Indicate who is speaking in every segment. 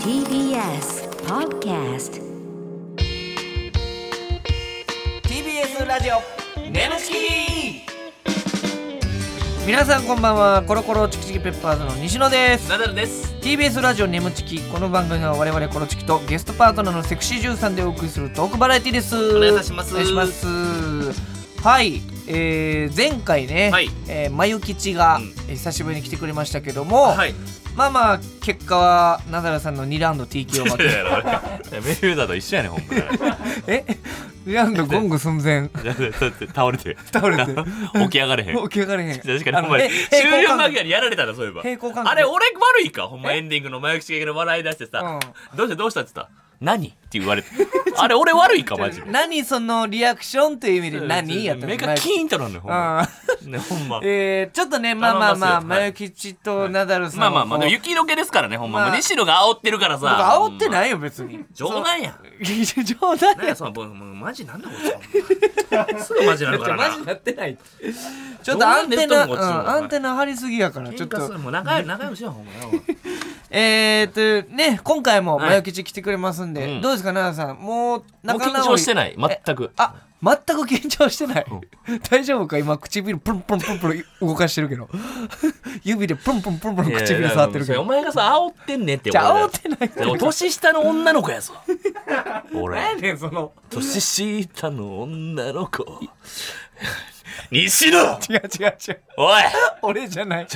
Speaker 1: TBS Podcast
Speaker 2: TBS ラジオネムチキ皆さんこんばんはコロコロチキチキペッパーズの西野です
Speaker 3: ナダルです。
Speaker 2: TBS ラジオネムチキこの番組は我々コロチキとゲストパートナーのセクシージュンさんでお送りするトークバラエティですお
Speaker 3: 願いいたします
Speaker 2: お願いしますはい、えー、前回ね、
Speaker 3: はい
Speaker 2: えー、まゆきちが、
Speaker 3: うん
Speaker 2: えー久しぶりに来てくれましたけども、
Speaker 3: はい。
Speaker 2: まあまあ結果はナダルさんの2ラウンド TK を負け
Speaker 3: メフィルダーと一緒やねん、ほんまに。
Speaker 2: え2ラウンドゴング寸前
Speaker 3: だって倒れて。
Speaker 2: 倒れて
Speaker 3: 起き上がれ へん。
Speaker 2: 起き上がれへん
Speaker 3: 確かに、
Speaker 2: あ
Speaker 3: ほ
Speaker 2: の
Speaker 3: んまに
Speaker 2: え。
Speaker 3: 終
Speaker 2: 平
Speaker 3: 了
Speaker 2: 行
Speaker 3: 間
Speaker 2: 感
Speaker 3: 際にやられたな、そういえば。
Speaker 2: 平行感覚
Speaker 3: あれ、俺悪いか、ほんま、エンディングの前口の笑い出してさ。どうした、どうしたって言ったら。何って言わ れて。あれ、俺悪いか、マジで。
Speaker 2: 何そのリアクションという意味で何やったの
Speaker 3: 目がキーンとなんのよ、ほんま
Speaker 2: うん
Speaker 3: に。ね、ほんま。
Speaker 2: えーちょっとねまあまあまあ
Speaker 3: 頼みますよ
Speaker 2: ま
Speaker 3: はい
Speaker 2: ゆきちとナダルさん
Speaker 3: ま
Speaker 2: は
Speaker 3: あまあまあ、で
Speaker 2: こ
Speaker 3: も
Speaker 2: う
Speaker 3: 雪解けですからね、ほんま。
Speaker 2: まあ
Speaker 3: もう西野が煽ってるからさ。
Speaker 2: 僕煽ってないよ別に
Speaker 3: ほんま冗談やん。
Speaker 2: そう 冗談
Speaker 3: 何や、その、もうもうマジなんだこいつ。すぐマジなのからな。
Speaker 2: マジなってない ちょっとアンテナ、
Speaker 3: 冗談で言っとんのこっち
Speaker 2: う
Speaker 3: も
Speaker 2: んアンテナ張りすぎやからちょっ
Speaker 3: 喧嘩す
Speaker 2: と
Speaker 3: るもう仲良仲良くしよう、ほんまに。
Speaker 2: えーとね今回も
Speaker 3: はい
Speaker 2: まゆきち来てくれますんで
Speaker 3: うん
Speaker 2: どうですかナダルさんもう
Speaker 3: もう緊張してない全く
Speaker 2: あ全く緊張してない大丈夫か今唇プルンプルンプルンプルン動かしてるけど 指でプルンプルンプルンプルン唇触ってる
Speaker 3: いや
Speaker 2: け
Speaker 3: いやいや
Speaker 2: ど
Speaker 3: お前がさ煽ってんねんって
Speaker 2: じゃあ
Speaker 3: 俺
Speaker 2: 煽ってないって
Speaker 3: いや年下の女の 子やぞ
Speaker 2: 何や
Speaker 3: 俺
Speaker 2: ねんその
Speaker 3: 年下の女の子 西野
Speaker 2: 違う違う違う
Speaker 3: おい
Speaker 2: 俺じゃない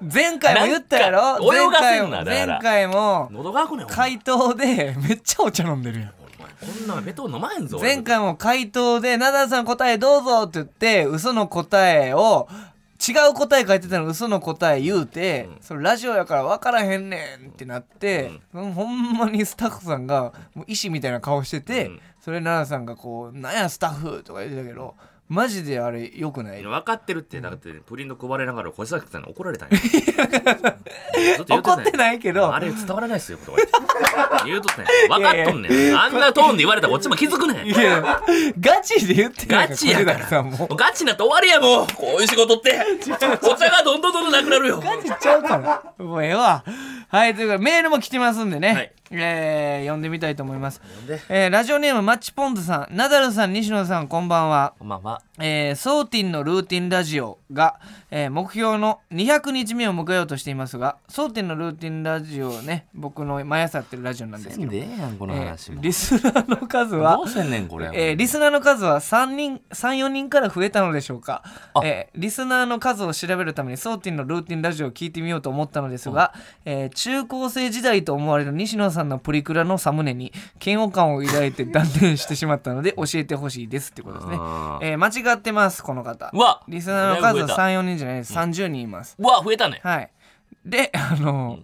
Speaker 2: 前回も言ったやろ
Speaker 3: なんか泳がせんな
Speaker 2: 前回も
Speaker 3: だか
Speaker 2: 前
Speaker 3: ら
Speaker 2: 回も
Speaker 3: 喉が開くねんお前
Speaker 2: 回答でめっちゃお茶飲んでるやん
Speaker 3: こんなんベト飲まへんぞ俺
Speaker 2: 前回も回答で「ナダルさん答えどうぞ」って言って嘘の答えを違う答え書いてたの嘘の答え言うて、そのラジオやから分からへんねんってなって、ほんまにスタッフさんがもう医師みたいな顔してて、
Speaker 3: うん
Speaker 2: それナダルさんがこう「なんやスタッフ」とか言ってたけどマジであれよくない
Speaker 3: 分かってるってだってプリント配れながら小崎さんに怒られ たんやずと言う
Speaker 2: 怒
Speaker 3: とたんや
Speaker 2: ってないけど
Speaker 3: あれ伝わらないっすよとか言うとったんや分かっとんねんあんなトーンで言われたらこっちも気づくねん
Speaker 2: いやガチで言ってない
Speaker 3: ガチやか
Speaker 2: 小崎
Speaker 3: ら
Speaker 2: さんも
Speaker 3: もうガチになって終わりやもうこういう仕事ってお茶がどんどんどんどんなくなるよ
Speaker 2: ガチちゃうから。もうええわ。はい、というか、メールも来てますんでね。
Speaker 3: はい
Speaker 2: えー、読んでみたいと思います。
Speaker 3: で
Speaker 2: えー、ラジオネーム、マッチポンズさん、ナダルさん、西野さん、こんばんは。
Speaker 3: まあまあ
Speaker 2: えー、ソーティンのルーティンラジオが、えー目標の200日目を迎えようとしていますが、ソーティンのルーティンラジオね、僕の毎朝やってるラジオなんですけど、
Speaker 3: でええやんこの
Speaker 2: え
Speaker 3: 話
Speaker 2: ー
Speaker 3: も、
Speaker 2: リスナーの数は
Speaker 3: どう、せんねんこれ、
Speaker 2: えーリスナーの数は3人34人から増えたのでしょうか、えーリスナーの数を調べるためにソーティンのルーティンラジオを聞いてみようと思ったのですが、えー中高生時代と思われる西野さんのプリクラのサムネに嫌悪感を抱いて断念してしまったの で教えてほしいですってことですね
Speaker 3: あ、ー
Speaker 2: えー間違ってますこの方
Speaker 3: うわ
Speaker 2: リスナーの数は
Speaker 3: だいぶ増えた
Speaker 2: 34人じゃないです30人います、
Speaker 3: うわ増えたね
Speaker 2: はいであのー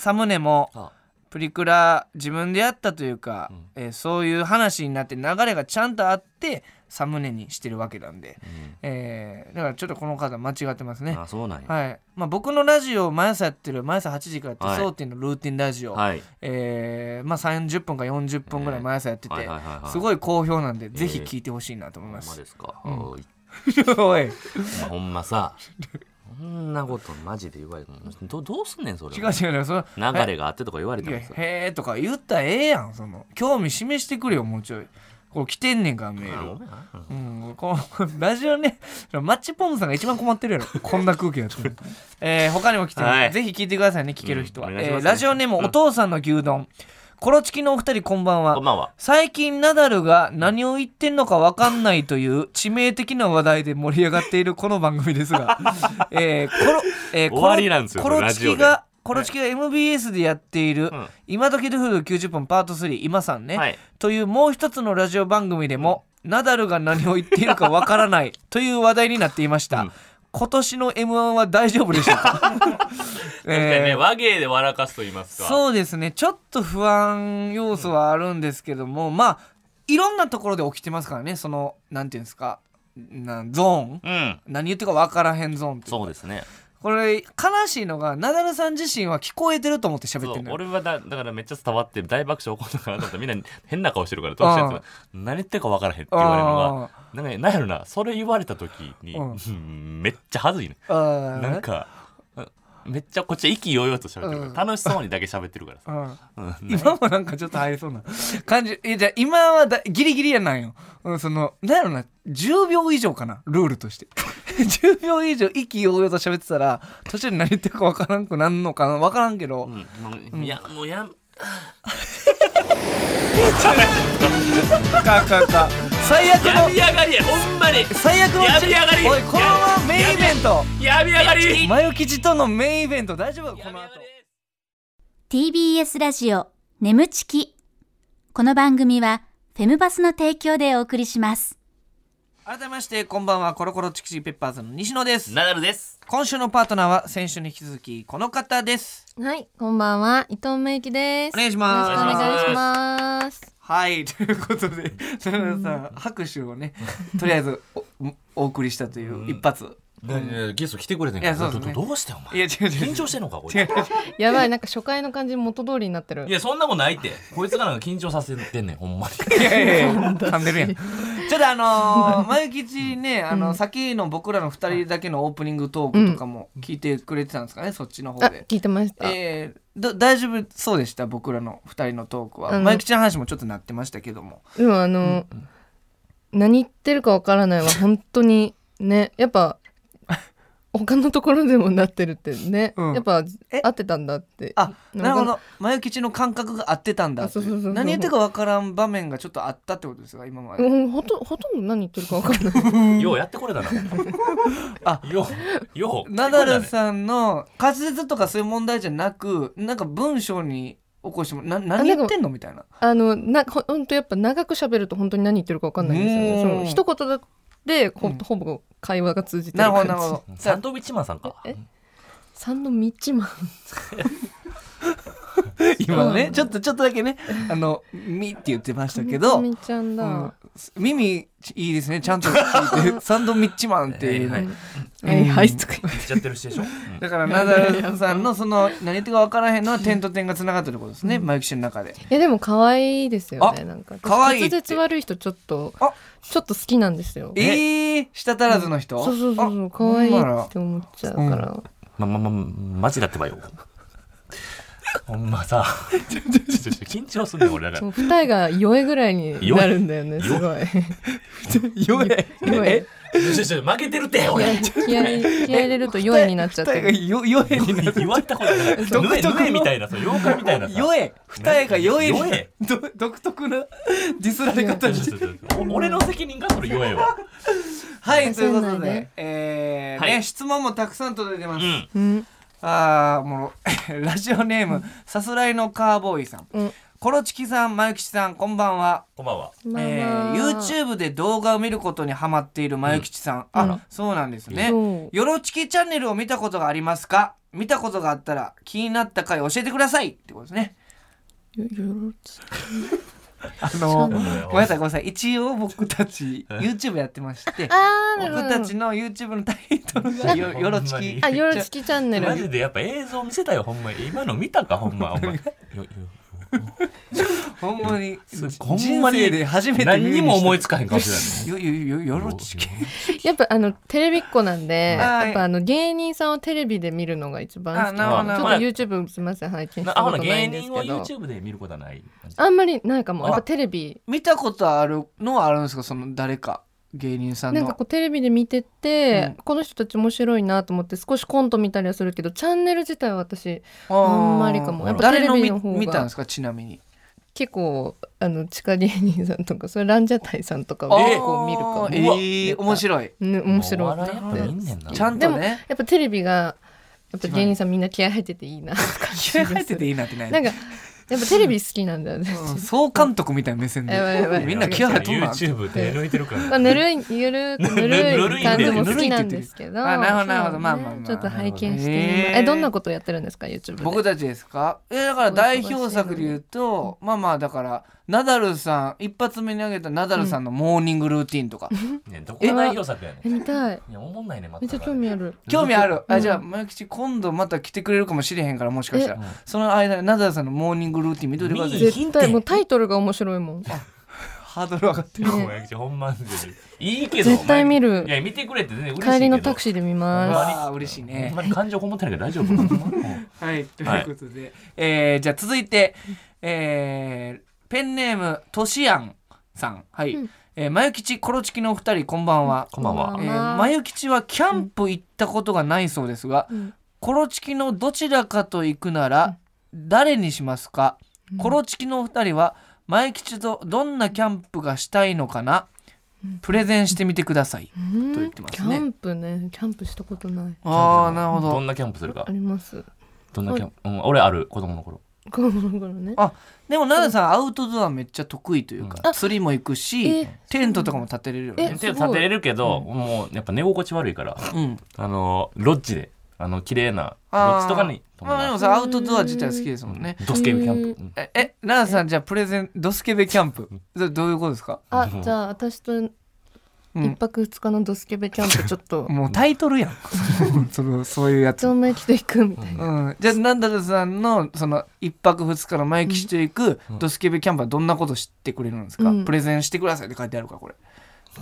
Speaker 2: サムネも、
Speaker 3: あ
Speaker 2: プリクラ自分でやったというか、えーそういう話になって流れがちゃんとあってサムネにしてるわけなんで、えーだからちょっとこの方間違ってますね
Speaker 3: あ。そうなんや
Speaker 2: はいまあ、僕のラジオ毎朝やってる毎朝8時からやっ
Speaker 3: は
Speaker 2: て
Speaker 3: い
Speaker 2: る「争点のルーティンラジオ」
Speaker 3: はい
Speaker 2: えーまあ、30分か40分ぐらい毎朝やってて、
Speaker 3: はいはいはいはい
Speaker 2: すごい好評なんで、ぜひ聞いてほしいなと思いま。
Speaker 3: ほんますですか、おい
Speaker 2: おい
Speaker 3: ほん まさそんなことマジで言われてもどどうすんねんそれ
Speaker 2: 違う違う違うその
Speaker 3: 流れがあってとか言われて
Speaker 2: いや
Speaker 3: も
Speaker 2: 「
Speaker 3: さ
Speaker 2: へえ」とか言ったらええやんその興味示してくれよもうちょいこう来てんねんからメール。
Speaker 3: ごめんな
Speaker 2: うん、このラジオねマッチポンドさんが一番困ってるや ろこんな空気だと、えー、他にも来てます、
Speaker 3: はい
Speaker 2: ぜひ聞いてくださいね聞ける人は、
Speaker 3: うんお願いし
Speaker 2: え
Speaker 3: ますね
Speaker 2: ーラジオネームお父さんの牛丼、コロチキのお二人こんばんは
Speaker 3: こんばんは
Speaker 2: 最近ナダルが何を言ってんのかわかんないという致命的な話題で盛り上がっているこの番組です が、えーコロえーコロ
Speaker 3: 終わりなんですよ
Speaker 2: コロ
Speaker 3: ラ
Speaker 2: チ
Speaker 3: ジオ
Speaker 2: キ
Speaker 3: で
Speaker 2: がコロチキが MBS でやっている
Speaker 3: ん
Speaker 2: 「今時ルフード90分パート3今さんね」
Speaker 3: はい
Speaker 2: というもう一つのラジオ番組でも、ナダルが何を言っているかわからないという話題になっていました、今年の m 1は大丈夫でしょう か、
Speaker 3: 確かに
Speaker 2: え
Speaker 3: ね
Speaker 2: ー
Speaker 3: 和芸で笑かすと言いますか
Speaker 2: そうですねちょっと不安要素はあるんですけども、まあいろんなところで起きてますからねそのなんていうんですかなんゾーン
Speaker 3: うん
Speaker 2: 何言ってるか分からへんゾーンっていう
Speaker 3: そうですね
Speaker 2: これ悲しいのがナダルさん自身は聞こえてると思って喋っ
Speaker 3: そ
Speaker 2: て
Speaker 3: うん
Speaker 2: のよ
Speaker 3: 俺はだだからめっちゃ伝わってる大爆笑起こったかなと思ったらみんな変な顔してるからどうしたやつが何言ってるか分からへんって言われるのがなんかねなんやろなそれ言われた時に、
Speaker 2: うん
Speaker 3: めっちゃ恥ずいね
Speaker 2: あー
Speaker 3: なんか。うんめっちゃこっちは意気揚々と喋ってるから、
Speaker 2: うん
Speaker 3: 楽しそうにだけ喋ってるから
Speaker 2: う
Speaker 3: さ、
Speaker 2: ん
Speaker 3: うん
Speaker 2: 今もなんかちょっと入りそうな感じえじゃあ今はだギリギリやなんよ、うん、そのなんやろな10秒以上かなルールとして 10秒以上意気揚々と喋ってたら途中で何言ってるか分からんくなんのかな分からんけど、
Speaker 3: うんもういやもうやん
Speaker 2: かかか最悪
Speaker 3: や
Speaker 2: の
Speaker 3: み上がりやほんまに
Speaker 2: 最悪の
Speaker 3: やみ上がり
Speaker 2: おいこのままメインイベント
Speaker 3: やみ上がり
Speaker 2: マヨ吉とのメインイベント大丈夫この後
Speaker 4: TBS ラジオ眠ちきこの番組はフェムバスの提供でお送りします
Speaker 2: 改めましてこんばんはコロコロチキチキペッパーズの西野です
Speaker 3: ナダルです
Speaker 2: 今週のパートナーは先週に引き続きこの方です
Speaker 5: はい、こんばんは、伊藤芽衣です。
Speaker 2: お願いし
Speaker 5: よろ
Speaker 2: ます
Speaker 5: しくお願いします。
Speaker 2: はいということ で田中さん拍手をねとりあえずおお送りしたという一発
Speaker 3: ゲスト来てくれてん
Speaker 2: いやそうですね
Speaker 3: どどうしてお前
Speaker 2: いや違う違う
Speaker 3: 緊張してんのかこいつ
Speaker 5: やばい、なんか初回の感じ元通りになってる
Speaker 3: い。やそんなことないってこいつがなんか緊張させてんねんほんまに
Speaker 2: いやいやいや 噛んでるやんちょっとあのー、まゆきちねあの、さっきの僕らの二人だけのオープニングトークとかも聞いてくれてたんですかね、そっちの方
Speaker 5: あ
Speaker 2: で、。
Speaker 5: 聞いてました。
Speaker 2: えーど大丈夫そうでした僕らの二人のトークは、
Speaker 5: うん
Speaker 2: まゆきちの話もちょっとなってましたけども
Speaker 5: でも、あの、何言ってるかわからないは本当にね、や っぱ。他のところでもなってるってね、
Speaker 2: うん
Speaker 5: やっぱ
Speaker 2: え
Speaker 5: 合ってたんだって。
Speaker 2: あなるほ
Speaker 5: わ
Speaker 2: どまゆきちの感覚が合ってたんだ
Speaker 5: あそうそうそうそう
Speaker 2: 何言ってるか分からん場面がちょっとあったってことですか今ま
Speaker 5: かん。
Speaker 2: で
Speaker 5: うん、ほとほとんど何言ってるかわから ない。
Speaker 3: ようやってこれたな
Speaker 2: あ
Speaker 3: ようよう
Speaker 2: ナダルさんの滑舌とかそういう問題じゃなくなんか文章に起こしてもな何言ってんのみたいな
Speaker 5: あのなほほんとやっぱ長く喋ると本当に何言ってるかわかんないんですよ
Speaker 2: う
Speaker 5: ね。
Speaker 2: ん
Speaker 5: その一言だでほ,、
Speaker 2: うん
Speaker 5: ほぼ会話が通じてる
Speaker 2: なるほ
Speaker 5: 感
Speaker 2: ど
Speaker 5: じ。
Speaker 2: なるほど
Speaker 3: サンドウィッチマンさんか
Speaker 5: え三のミッチマン。
Speaker 2: 今ね
Speaker 5: うん
Speaker 2: ちょっとちょっとだけねあの「み」って言ってましたけ
Speaker 5: か
Speaker 2: ど
Speaker 5: みちゃんだ。
Speaker 2: うん耳いいですねちゃんと聞い てサンドミッチマンっていう
Speaker 3: はい
Speaker 2: ね
Speaker 3: は
Speaker 5: はいはいとか言って
Speaker 3: 言っちゃってるシチュエーションうん
Speaker 2: だからナダルさんのその何言ってか分からへんのは点と点がつながってることですねマイク氏の中で
Speaker 5: いやでも可愛いですよ
Speaker 2: あ
Speaker 5: ねなんか
Speaker 2: 可愛いって
Speaker 5: 滑舌悪い人ちょっと
Speaker 2: あ
Speaker 5: ちょっと好きなんですよ
Speaker 2: えー舌足らずの人
Speaker 5: そうそうそうそう
Speaker 2: あ
Speaker 5: 可愛い
Speaker 2: ほんなら
Speaker 5: って思っちゃうから、
Speaker 3: まままマジだってばよほんまさちょちょちょちょ緊張すんねん俺だか
Speaker 5: そ
Speaker 3: ら
Speaker 5: う二重が弱いぐらいになるんだよね
Speaker 3: 弱い
Speaker 5: すごい
Speaker 2: 弱い
Speaker 5: 弱い
Speaker 3: ちょちょ負けてるって俺
Speaker 5: 気合い気合い入れると弱いになっちゃっ
Speaker 2: 二重が
Speaker 5: て
Speaker 2: よ弱いになる
Speaker 3: 言われたことない
Speaker 5: そう
Speaker 3: ぬえぬえみたいなそう妖怪みたいなさ
Speaker 2: 弱い二重が弱いに
Speaker 3: 弱い
Speaker 2: ど独特なディスられ
Speaker 3: ち
Speaker 2: 方
Speaker 3: ょ
Speaker 2: し
Speaker 3: ち
Speaker 2: て
Speaker 3: ょちょお俺の責任かそれ弱えわ
Speaker 2: はいということ
Speaker 5: そうなん
Speaker 2: で
Speaker 5: ね
Speaker 2: えー
Speaker 3: は
Speaker 2: ね
Speaker 3: い
Speaker 2: 質問もたくさん届いてます
Speaker 3: うん
Speaker 5: うん
Speaker 2: ああもう ラジオネームさすらいのカーボーイさん、
Speaker 5: うん
Speaker 2: コロチキさんまゆきちさんこんばんは、
Speaker 3: こんばんは
Speaker 5: まあ
Speaker 2: えー
Speaker 5: まあ
Speaker 2: YouTube で動画を見ることにハマっているまゆきちさん、あ、
Speaker 5: うん
Speaker 2: そうなんですね、
Speaker 5: そう
Speaker 2: よろちきチャンネルを見たことがありますか見たことがあったら気になった回教えてくださいってことですね
Speaker 5: よよろち
Speaker 2: あの
Speaker 5: チャンネ
Speaker 2: ごめんなさいごめんなさい一応僕たち YouTube やってまして
Speaker 5: あーなるほ
Speaker 2: 僕
Speaker 5: ど
Speaker 2: たちの YouTube のタイトルがよよろち
Speaker 3: ほんま
Speaker 2: き
Speaker 3: に
Speaker 5: あよろちきチャンネ
Speaker 3: マジ
Speaker 5: ル
Speaker 3: でやっぱ映像見せたよほんま今の見たかほんまお前よよ
Speaker 2: ほんまに
Speaker 3: すほん
Speaker 2: 人
Speaker 3: まに
Speaker 2: 生で初めて
Speaker 3: 何にも思い
Speaker 2: つ
Speaker 3: つかへんかもしれない
Speaker 2: よよよよろちき
Speaker 5: やっぱあのテレビっ子なんで
Speaker 2: はい
Speaker 5: やっぱあの芸人さんをテレビで見るのが一番好き
Speaker 2: あなるほどなるほど
Speaker 5: ちょっと YouTube すみません 拝見した
Speaker 3: なアホ
Speaker 5: こ
Speaker 3: な
Speaker 5: とな
Speaker 3: 芸
Speaker 5: いんです
Speaker 3: 人を
Speaker 5: けど
Speaker 3: YouTube で見ることはない感じ
Speaker 5: あんまりないかも
Speaker 3: あ
Speaker 5: やっぱテレビ
Speaker 2: 見たことあるのはあるんですかその誰か芸人さんの
Speaker 5: なんかこうテレビで見てて、
Speaker 2: う
Speaker 5: この人たち面白いなと思って少しコント見たりはするけどチャンネル自体は私
Speaker 2: あー
Speaker 5: あんまりかもやっぱ
Speaker 2: 誰の
Speaker 5: テレ
Speaker 2: 見
Speaker 5: ビの方が
Speaker 2: 見たんですかちなみに
Speaker 5: 結構あの地下芸人さんとかそれランジャタイさんとかを
Speaker 3: え
Speaker 5: 結構見るかも、
Speaker 2: あー
Speaker 3: うわ
Speaker 2: えー面白い
Speaker 5: ね、面白い
Speaker 3: もうお笑い
Speaker 5: な
Speaker 3: や
Speaker 5: っ
Speaker 3: ってぱ
Speaker 5: や
Speaker 3: 見んねんな
Speaker 2: ちゃんとね
Speaker 5: っぱテレビがやっぱ芸人さんみんな気合入ってていいなって感じ
Speaker 2: 気合入ってていいなってね
Speaker 5: なんかやっぱテレビ好きなんだよね、
Speaker 2: うん総監督みたいな目線
Speaker 5: やばいやば
Speaker 2: で
Speaker 5: い
Speaker 2: みんな気合入ってんな
Speaker 3: YouTube 手抜いてるから
Speaker 5: まあ、ぬるいゆるく ぬるい感じも好きなんですけど
Speaker 2: あなるほどなるほどまあまあまあ
Speaker 5: ちょっと拝見してみます
Speaker 2: なるほどね
Speaker 5: えどんなことやってるんですか YouTube で
Speaker 2: 僕たちですかえだから代表作で言うとまあまあだからナダルさん一発目に挙げたナダルさんのモーニングルーティンとか、
Speaker 3: ねどこが代表作やね
Speaker 5: え見たい
Speaker 3: んいやおもんないねま
Speaker 5: めっちゃ興味ある
Speaker 2: 興味ある、
Speaker 5: う
Speaker 2: あ
Speaker 5: ん
Speaker 2: じゃあマユキチ今度また来てくれるかもしれへんからもしかしたら
Speaker 3: え
Speaker 2: その間にナダルさんのモーニングルーティン見といてください
Speaker 3: 見
Speaker 2: よ
Speaker 3: い
Speaker 5: 絶対もうタイトルが面白いもん
Speaker 2: ハードル上がってる
Speaker 5: ね
Speaker 3: もやきちゃんほんまんでいいけど
Speaker 5: 絶対見る
Speaker 3: いや見てくれって全然嬉しいけど
Speaker 5: 帰りのタクシーで見ま
Speaker 2: ああ嬉しいね
Speaker 3: ほんまに感情こもってないから大 丈夫うん
Speaker 2: はいということで、えーじゃあ続いて、えーペンネームとしあんさんはい、えーまゆきちコロチキのお二人こんばんは、
Speaker 3: こんばんは
Speaker 5: こ
Speaker 2: え
Speaker 5: んばん
Speaker 2: ー、
Speaker 5: は
Speaker 2: まゆきちはキャンプ行ったことがないそうですが、
Speaker 5: うん
Speaker 2: コロチキのどちらかと行くなら誰にしますか、コロチキのお二人はまゆきちとどんなキャンプがしたいのかなプレゼンしてみてください、
Speaker 5: す。
Speaker 2: と言ってます
Speaker 5: キ
Speaker 2: ね
Speaker 5: ャンプね、キャンプしたことない。
Speaker 2: ああなるほ
Speaker 3: ど
Speaker 2: ど
Speaker 3: んなキャンプするか
Speaker 5: あります。
Speaker 3: どんなキャンプうん俺ある子供の頃
Speaker 5: この頃ね。
Speaker 2: あでも奈々さんアウトドアめっちゃ得意というか、
Speaker 5: あ
Speaker 2: 釣りも行くし
Speaker 5: え
Speaker 2: テントとかも立てれるよ
Speaker 5: え
Speaker 2: ね、
Speaker 3: 手立てれるけどもうやっぱ寝心地悪いから
Speaker 2: うん、
Speaker 3: あのロッジであの綺麗なロ
Speaker 2: あー
Speaker 3: ッジとかに泊
Speaker 2: まあでも
Speaker 3: ま
Speaker 2: さアウトドア自体好きですもんね
Speaker 3: る、ドスケベキャンプうん
Speaker 2: ええ奈々さんじゃあプレゼンドスケベキャンプどどういうことですか、
Speaker 5: あ、じゃあ私と
Speaker 2: う
Speaker 5: 一
Speaker 2: ん、
Speaker 5: 泊二日のドスケベキャンプちょっと
Speaker 2: もうタイトルやん そのそういうやつ
Speaker 5: 一丁目着ていくみたいな。
Speaker 2: うん、じゃあ南田さんのその一泊二日の前吉と行くドスケベキャンプはどんなこと知ってくれるんですか、
Speaker 5: うん
Speaker 2: プレゼンしてくださいって書いてあるからこれ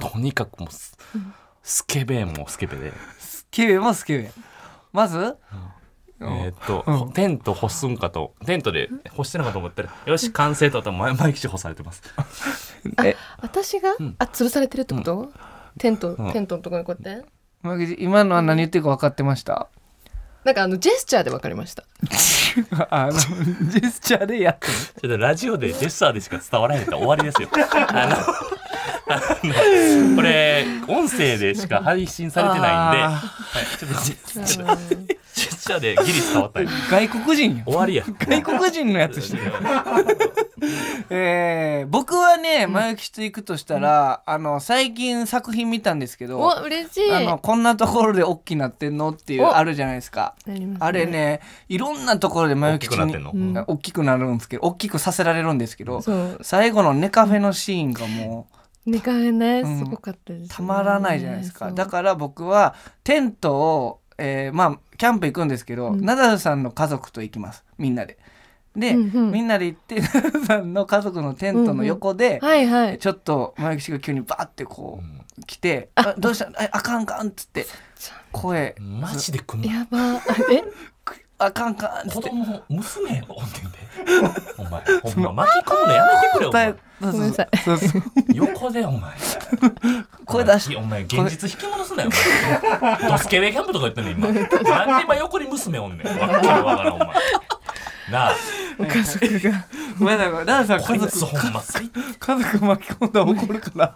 Speaker 3: とにかくもうススケベもスケベで
Speaker 2: スケベもスケベまず、うん
Speaker 3: えーっと、テント干すんかとテントで干してるのかと思ったらよし完成とと前毎日干されてます
Speaker 2: え
Speaker 5: 私が、あ、吊るされてるってこと？テント、
Speaker 3: うん
Speaker 5: テントのところにこうやって。
Speaker 2: 前吉今のは何言ってるか分かってました
Speaker 5: なんかあのジェスチャーでわかりました。
Speaker 2: あのジェスチャーでやってる
Speaker 3: ちょっとラジオでジェスチャーでしか伝わらへんから終わりですよ。あの、あのこれ、音声でしか配信されてないんで、
Speaker 2: あ
Speaker 3: はい、ちょっとジェジェジェスチャーでギリ伝わったよ。
Speaker 2: 外国人や
Speaker 3: 終わりや。
Speaker 2: 外国人のやつ してるえー、僕はね前吉と行くとしたら、あの最近作品見たんですけど、
Speaker 5: お、嬉しい。
Speaker 2: あのこんなところで大きなってんのっていう
Speaker 5: お
Speaker 2: あるじゃないですか
Speaker 5: なりますね
Speaker 2: あれねいろんなところで前
Speaker 3: 大
Speaker 2: 置き
Speaker 3: きく
Speaker 2: に
Speaker 3: なってんの、
Speaker 5: ん
Speaker 2: 大きくなるんですけど大きくさせられるんですけど
Speaker 5: そう、
Speaker 2: 最後のネカフェのシーンがもう
Speaker 5: 二回目ね、
Speaker 2: うん
Speaker 5: すごかったです、ね。
Speaker 2: たまらないじゃないですか、
Speaker 5: そう
Speaker 2: だから僕はテントを、えーまあキャンプ行くんですけど、
Speaker 5: うん
Speaker 2: ナダルさんの家族と行きますみんなで。で、
Speaker 5: うんうん
Speaker 2: みんなで行ってナダルさんの家族のテントの横で、
Speaker 5: はいはい。
Speaker 2: ちょっと前岸が急にバーってこ
Speaker 3: うん
Speaker 2: う来て「あどうしたああかんあかん」っつって声
Speaker 3: マジで来んの
Speaker 5: やば。え、
Speaker 2: 「あかんあかん」っつ
Speaker 3: 子
Speaker 2: って
Speaker 3: 供、娘おんねん で。お前、ほんま巻き込むの やめてくれ、お
Speaker 2: 答
Speaker 3: 前
Speaker 2: え。ご
Speaker 5: ごめんなさい。
Speaker 2: そうそう
Speaker 3: 横で、お前。
Speaker 2: 声出して
Speaker 3: お前、現実引き戻すなよ、お前ドスケベキャンプとか言ってんの、今。なんで今横に娘おんねん。わけわからん、お前。なあ。
Speaker 5: お家族 が。
Speaker 2: ごめんなさい奈々さ
Speaker 3: こ
Speaker 2: ん
Speaker 3: い
Speaker 2: 家
Speaker 3: つ
Speaker 2: 族
Speaker 3: ほんま最低
Speaker 2: 家族巻き込んだら怒るから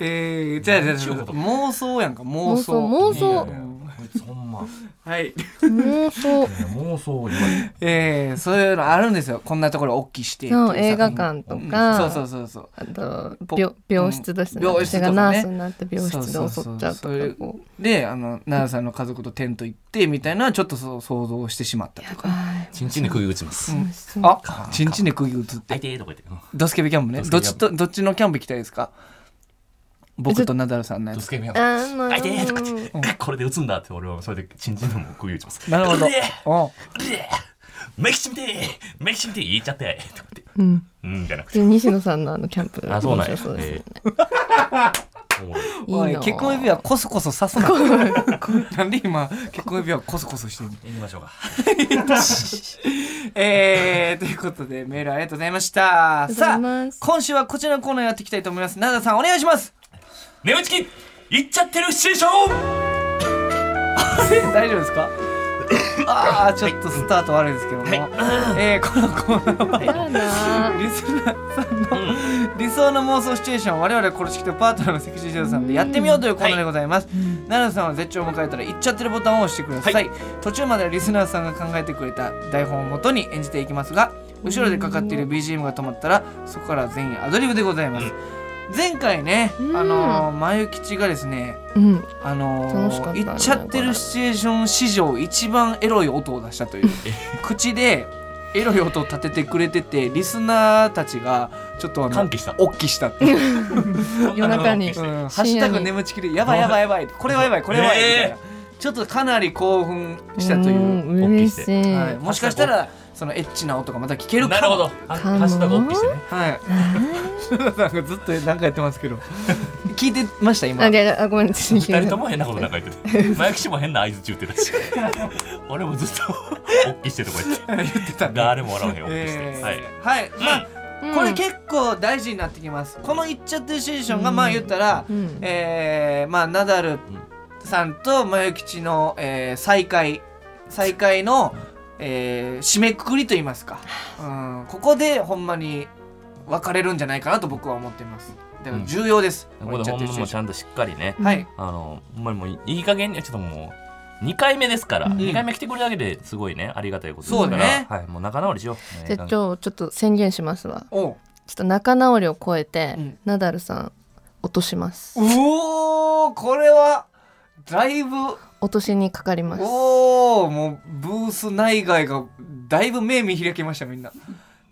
Speaker 2: えー、じゃあじゃあじゃあ
Speaker 3: うん
Speaker 2: 妄想やんか妄
Speaker 5: 妄
Speaker 2: 想
Speaker 5: 想妄
Speaker 3: いやいやこ
Speaker 5: 想
Speaker 3: いつほんま
Speaker 2: はい
Speaker 5: 妄想。
Speaker 3: いや妄想を今
Speaker 2: えー、そういうのあるんですよこんなところ大きいしてっていう
Speaker 5: の
Speaker 2: 作品
Speaker 5: 映画館と
Speaker 2: うん
Speaker 5: か。
Speaker 2: そうそうそうそう
Speaker 5: あと
Speaker 2: ぼ
Speaker 5: 病病室だし、ね
Speaker 2: うん病室
Speaker 5: 私
Speaker 2: とか
Speaker 5: が
Speaker 2: ね
Speaker 5: ナースになって病室で襲っちゃうとか
Speaker 2: そうそうそうそういう
Speaker 5: こ
Speaker 2: であの奈々さんの家族とテント行ってみたいなちょっとそう想像してしまったと
Speaker 5: う
Speaker 2: か
Speaker 5: はい
Speaker 3: ちんちんで釘打ちます
Speaker 5: 楽しそう
Speaker 2: あちんちんで釘打つって
Speaker 3: 相手とか言って
Speaker 2: ドスケベキャンプねど
Speaker 3: ド
Speaker 2: っち
Speaker 3: スケキャ
Speaker 2: とどっちのキャンプ行きたいですか僕とナダルさんのや
Speaker 3: ド
Speaker 2: つ
Speaker 3: スケベやん
Speaker 5: あの
Speaker 3: 相手とか言ってこれで打つんだって俺はそれでちんちんでも釘打ちます
Speaker 2: なるほど
Speaker 3: うぜ
Speaker 2: お
Speaker 3: うぜメキシムテメキシムテ言っちゃってとか言って
Speaker 5: うん
Speaker 3: うんじゃなくて
Speaker 5: で西野さんのあのキャンプ
Speaker 3: あそうなんや
Speaker 5: 面白そうです
Speaker 3: え
Speaker 5: ね
Speaker 3: えおもろい
Speaker 2: お
Speaker 5: いい
Speaker 2: い
Speaker 5: な
Speaker 2: 結婚指輪コソコソ刺すななんで 今結婚指輪コソコソ してんの
Speaker 3: 行きましょうか
Speaker 2: えー、ということでメールありがとうございました
Speaker 5: ありが
Speaker 2: さ
Speaker 5: とうござい
Speaker 2: あ
Speaker 5: ます
Speaker 2: 今週はこちらのコーナーやっていきたいと思いますナダルさんお願いします
Speaker 3: 眠ちき行っちゃってるシチュエーション
Speaker 2: 大丈夫ですかああちょっとスタート悪いですけども、えー、このコーナーは
Speaker 5: やだ
Speaker 2: リスナーさんの理想の妄想シチュエーションを我々殺しきとパートナーのセクシージョーさんでやってみようというコーナーでございます、奈良さんは絶頂を迎えたら行っちゃってるボタンを押してください、
Speaker 3: は
Speaker 2: 途中まではリスナーさんが考えてくれた台本をもとに演じていきますが後ろでかかっている BGM が止まったらそこから全員アドリブでございます、前回ね、
Speaker 5: うん
Speaker 2: あのー、まゆきちがですね
Speaker 5: うん
Speaker 2: あの
Speaker 5: 楽しかったね
Speaker 2: ー、行っちゃってるシチュエーション史上一番エロい音を出したという 口でエロい音を立ててくれててリスナーたちがちょっとあの
Speaker 3: 歓喜した
Speaker 2: おっきしたっていう、
Speaker 5: 夜中
Speaker 2: う
Speaker 5: に
Speaker 2: んハッ
Speaker 5: 深
Speaker 2: シュ
Speaker 5: 夜
Speaker 2: タ
Speaker 5: に
Speaker 2: グ眠ちきでやばいやばいやばいこれはやばいこれはやばいみたいな、
Speaker 3: え
Speaker 2: ちょっとかなり興奮したというう、
Speaker 5: ん嬉しい
Speaker 2: はい、もしかしたらそのエッチな音がまた聞けるか
Speaker 3: な
Speaker 2: も
Speaker 3: るほど。ハ
Speaker 5: かも
Speaker 3: ッシュタグオッピーしてね。
Speaker 2: はい篠 田さんがずっと何かやってますけど聞いてました今
Speaker 5: あ、じゃあ、ごめん、私、
Speaker 3: 二人とも変なことなんか言 ってて、麻薬師も変な合図中ってたし、俺もずっとおっきしてとこ言って、
Speaker 2: 言ってたね
Speaker 3: 誰も笑わへんおっきして、
Speaker 2: えー
Speaker 3: は
Speaker 2: はいい、。まあ、これ結構大事になってきますこの「いっちゃってるシチュエーションが」
Speaker 5: うん
Speaker 2: まあ言ったら、
Speaker 5: うん
Speaker 2: えーまあナダルさんとマヨ吉の、えー再会再会の、えー締めくくりと言いますか、うん、ここでほんまに別れるんじゃないかなと僕は思っていますだから重要です、
Speaker 3: こ
Speaker 2: この
Speaker 3: こ
Speaker 2: いっ
Speaker 3: で
Speaker 2: ちゃっ
Speaker 3: 本
Speaker 2: てるシ
Speaker 3: 物
Speaker 2: チュエ
Speaker 3: も
Speaker 2: ーシ
Speaker 3: ちゃんとしっかりね
Speaker 2: ョン、はい
Speaker 3: あのほんまにもういい加減にちょっともう2回目ですから、
Speaker 2: ん
Speaker 3: 二2回目来てくれるだけですごいねありがたいことですから
Speaker 2: そうね
Speaker 3: はい、もう仲直りしよう
Speaker 5: じゃあ、今日ちょっと宣言しますわ。
Speaker 2: おう
Speaker 5: ちょっと仲直りを超えて、
Speaker 2: うん
Speaker 5: ナダルさん、落とします。
Speaker 2: うおーこれはだいぶ
Speaker 5: 落としにかかります。
Speaker 2: おおもうブース内外がだいぶ目見開きましたみんな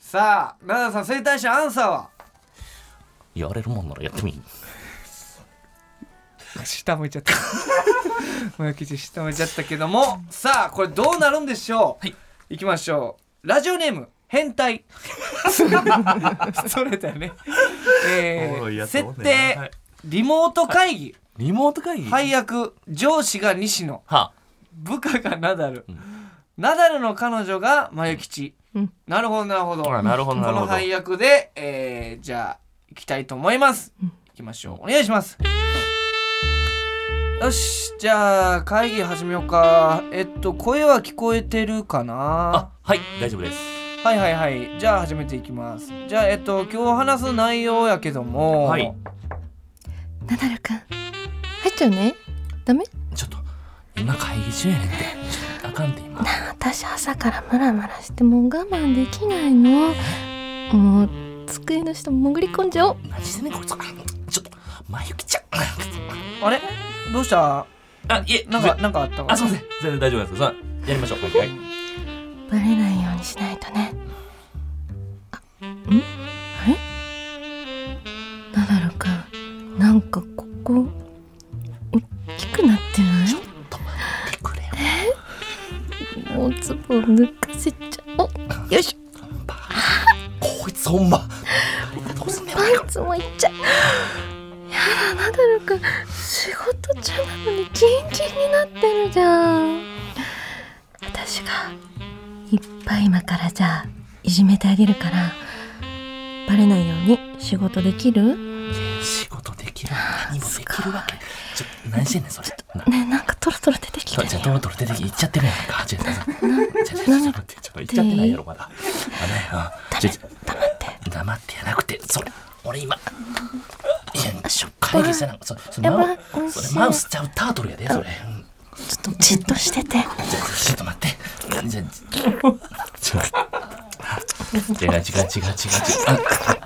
Speaker 2: さあ奈良さん生態師アンサーは
Speaker 3: やれるもんならやってみ
Speaker 2: 下向いちゃ った前吉下向いちゃったけどもさあこれどうなるんでしょう、
Speaker 3: はい、
Speaker 2: きましょうラジオネーム変 態それだよね、え
Speaker 3: おい
Speaker 2: ー、
Speaker 3: やつお
Speaker 2: 設
Speaker 3: んねんな
Speaker 2: 定、
Speaker 3: はい
Speaker 2: リモート会議、
Speaker 3: リモート会議
Speaker 2: 配役上司が西野
Speaker 3: は
Speaker 2: 部下がナダル、
Speaker 3: ん
Speaker 2: ナダルの彼女が前吉、
Speaker 5: うん
Speaker 2: なるほどなるほど、
Speaker 3: あなるほど
Speaker 2: こ
Speaker 3: なる
Speaker 2: の
Speaker 3: ほど
Speaker 2: 配役で、えーじゃあ行きたいと思います、行きましょうお願いします、よしじゃあ会議始めようかえっと声は聞こえてるか
Speaker 3: あ
Speaker 2: な
Speaker 3: はい大丈夫です
Speaker 2: はいはいはいじゃあ始めていきますじゃあえっと今日話す内容やけども、
Speaker 3: はい
Speaker 5: ナダルくん、入っちゃうね。ダメ
Speaker 3: ちょっと今会議中やねんってちょっとあかんって今
Speaker 5: 私朝からムラムラしてもう我慢できないのもう机の下潜り込んじゃおう
Speaker 3: 何してんねんこいつちょっと前行きちゃう
Speaker 2: あれどうした
Speaker 3: あいえ
Speaker 2: なんかなんかあったか
Speaker 3: あすいません全然大丈夫ですさあやりましょうはい
Speaker 5: バレないようにしないとねあんあれナダルくんなんかここ大きくなってな
Speaker 3: くれよ
Speaker 5: いもうズボン抜かせちゃおうよいしょ
Speaker 3: こいつほんまどうすんねん
Speaker 5: パンツもいっちゃうやだナダルくん仕事中なのにキンキンになってるじゃん
Speaker 6: 私がいっぱい今からじゃあいじめてあげるからバレないように仕事できる
Speaker 3: 仕事できる何もできるわけちょっと何してんねんそれな
Speaker 6: ねなんかトロトロ出てき
Speaker 3: ち
Speaker 6: て
Speaker 3: ょ
Speaker 6: る
Speaker 3: じゃあ
Speaker 6: よ
Speaker 3: トロトロ出てきて行っちゃってるやんかちょっとちょっとちょっとちょっと待ってちょっと行っちゃってないやろまだあのちょちょ
Speaker 6: 黙って
Speaker 3: 黙ってやなくてそれ俺今いやしょ会議してなんかそそれ
Speaker 5: やばい
Speaker 3: マウ
Speaker 5: 美味
Speaker 3: そ
Speaker 5: しい
Speaker 3: れマウスちゃうタートルやでそれ、うん
Speaker 6: ちょっとじっとしてて
Speaker 3: じゃあちょっと待ってじゃあちょっと違う違う違う違う違うあ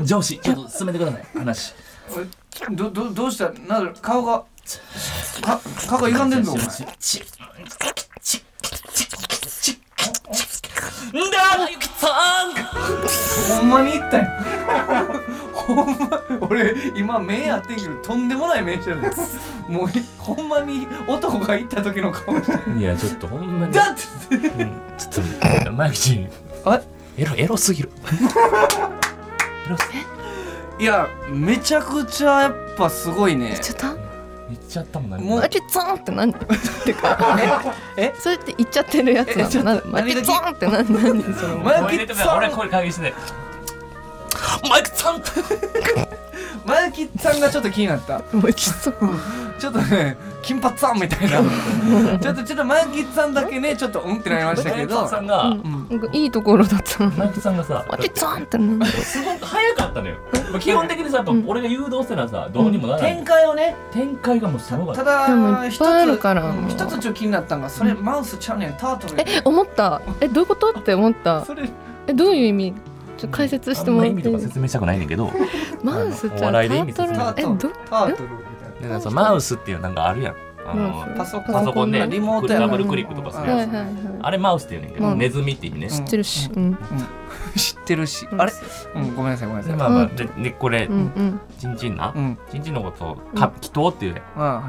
Speaker 3: うん上司ちょっと進めてください話
Speaker 2: どどどうしたナダル顔がか顔が歪んでんぞお前
Speaker 3: ちちちちちんだゆきさん
Speaker 2: ほんまに言ったよほんま俺今目やってんけどとんでもない目してるもうほんまに男が行った時の顔してる
Speaker 3: いやちょっとほんまに
Speaker 2: だって
Speaker 3: ちょっとマキチ
Speaker 2: あ
Speaker 3: エロエロすぎるエロす
Speaker 2: いやめちゃくちゃやっぱすごいね
Speaker 5: ちょっと
Speaker 3: 言っちゃったもんな
Speaker 2: もう
Speaker 5: マキツンって何ってか
Speaker 2: え
Speaker 5: それって言っちゃってるやつ
Speaker 2: えちょっと
Speaker 5: なのなマキツンって何何それ
Speaker 2: マ
Speaker 3: 声
Speaker 2: キ
Speaker 3: 出てない
Speaker 2: さ
Speaker 3: 俺
Speaker 2: ん
Speaker 3: 声会議してないマイクさんって
Speaker 2: マキさんがちょっと気になった
Speaker 5: マキツン
Speaker 2: ちょっとね金髪さんみたいなちょっとちょっとマキさんだけねちょっとうんってなりましたけ
Speaker 3: マイ
Speaker 2: ど
Speaker 3: クさんが、
Speaker 2: うん
Speaker 5: なんかいいところだったの
Speaker 3: マイクさんがさ
Speaker 5: マキツンって何
Speaker 3: すごく早かったのよまあ基本的にさやっぱ俺が誘導せなさどうにもならない
Speaker 2: 展開をね
Speaker 3: 展開がもうすごかったた
Speaker 5: でも
Speaker 2: だ
Speaker 5: い
Speaker 2: 一
Speaker 5: っ
Speaker 2: つ
Speaker 5: ぱいあるから
Speaker 2: うん一つちょっと気になったんがそれマウスちゃうねんタートルやねん
Speaker 5: え思ったえどういうことって思った
Speaker 2: それ
Speaker 5: えどういう意味ちょっと解説して
Speaker 3: あん
Speaker 5: も
Speaker 3: ま
Speaker 5: らっ
Speaker 3: 意味
Speaker 5: て
Speaker 3: と
Speaker 5: い
Speaker 3: か
Speaker 5: い
Speaker 3: 説明したくないねんだけど
Speaker 5: マウスち
Speaker 3: お
Speaker 5: ゃんタ
Speaker 3: 笑いで意味説
Speaker 5: ート
Speaker 3: 明
Speaker 5: ル
Speaker 2: ター
Speaker 5: え
Speaker 2: トル
Speaker 5: ど
Speaker 2: タートルみたい
Speaker 3: なんかさマウスっていうなんかあるやんあ
Speaker 5: マウ
Speaker 3: の
Speaker 5: ス
Speaker 2: なパソコ
Speaker 3: パ
Speaker 2: ン
Speaker 3: ソコンで
Speaker 2: リモートや
Speaker 3: ダ
Speaker 2: な
Speaker 3: ブルクリックとかする
Speaker 5: はい
Speaker 3: や
Speaker 5: はい
Speaker 3: つ
Speaker 5: はい
Speaker 3: あれマウスっていうねんけ
Speaker 5: う
Speaker 3: ど
Speaker 5: ん
Speaker 3: ネズミって意味ね
Speaker 2: うん
Speaker 5: 知ってるしうん
Speaker 2: 知ってるし、
Speaker 5: うん
Speaker 2: あれ、うん、ごめんなさいごめんな
Speaker 3: で
Speaker 2: さい、
Speaker 3: まあまあででこれ、
Speaker 5: うんうん
Speaker 3: チンチンな、
Speaker 2: うん
Speaker 3: チンチンのことを「か祈祷」っていうね、
Speaker 2: あはい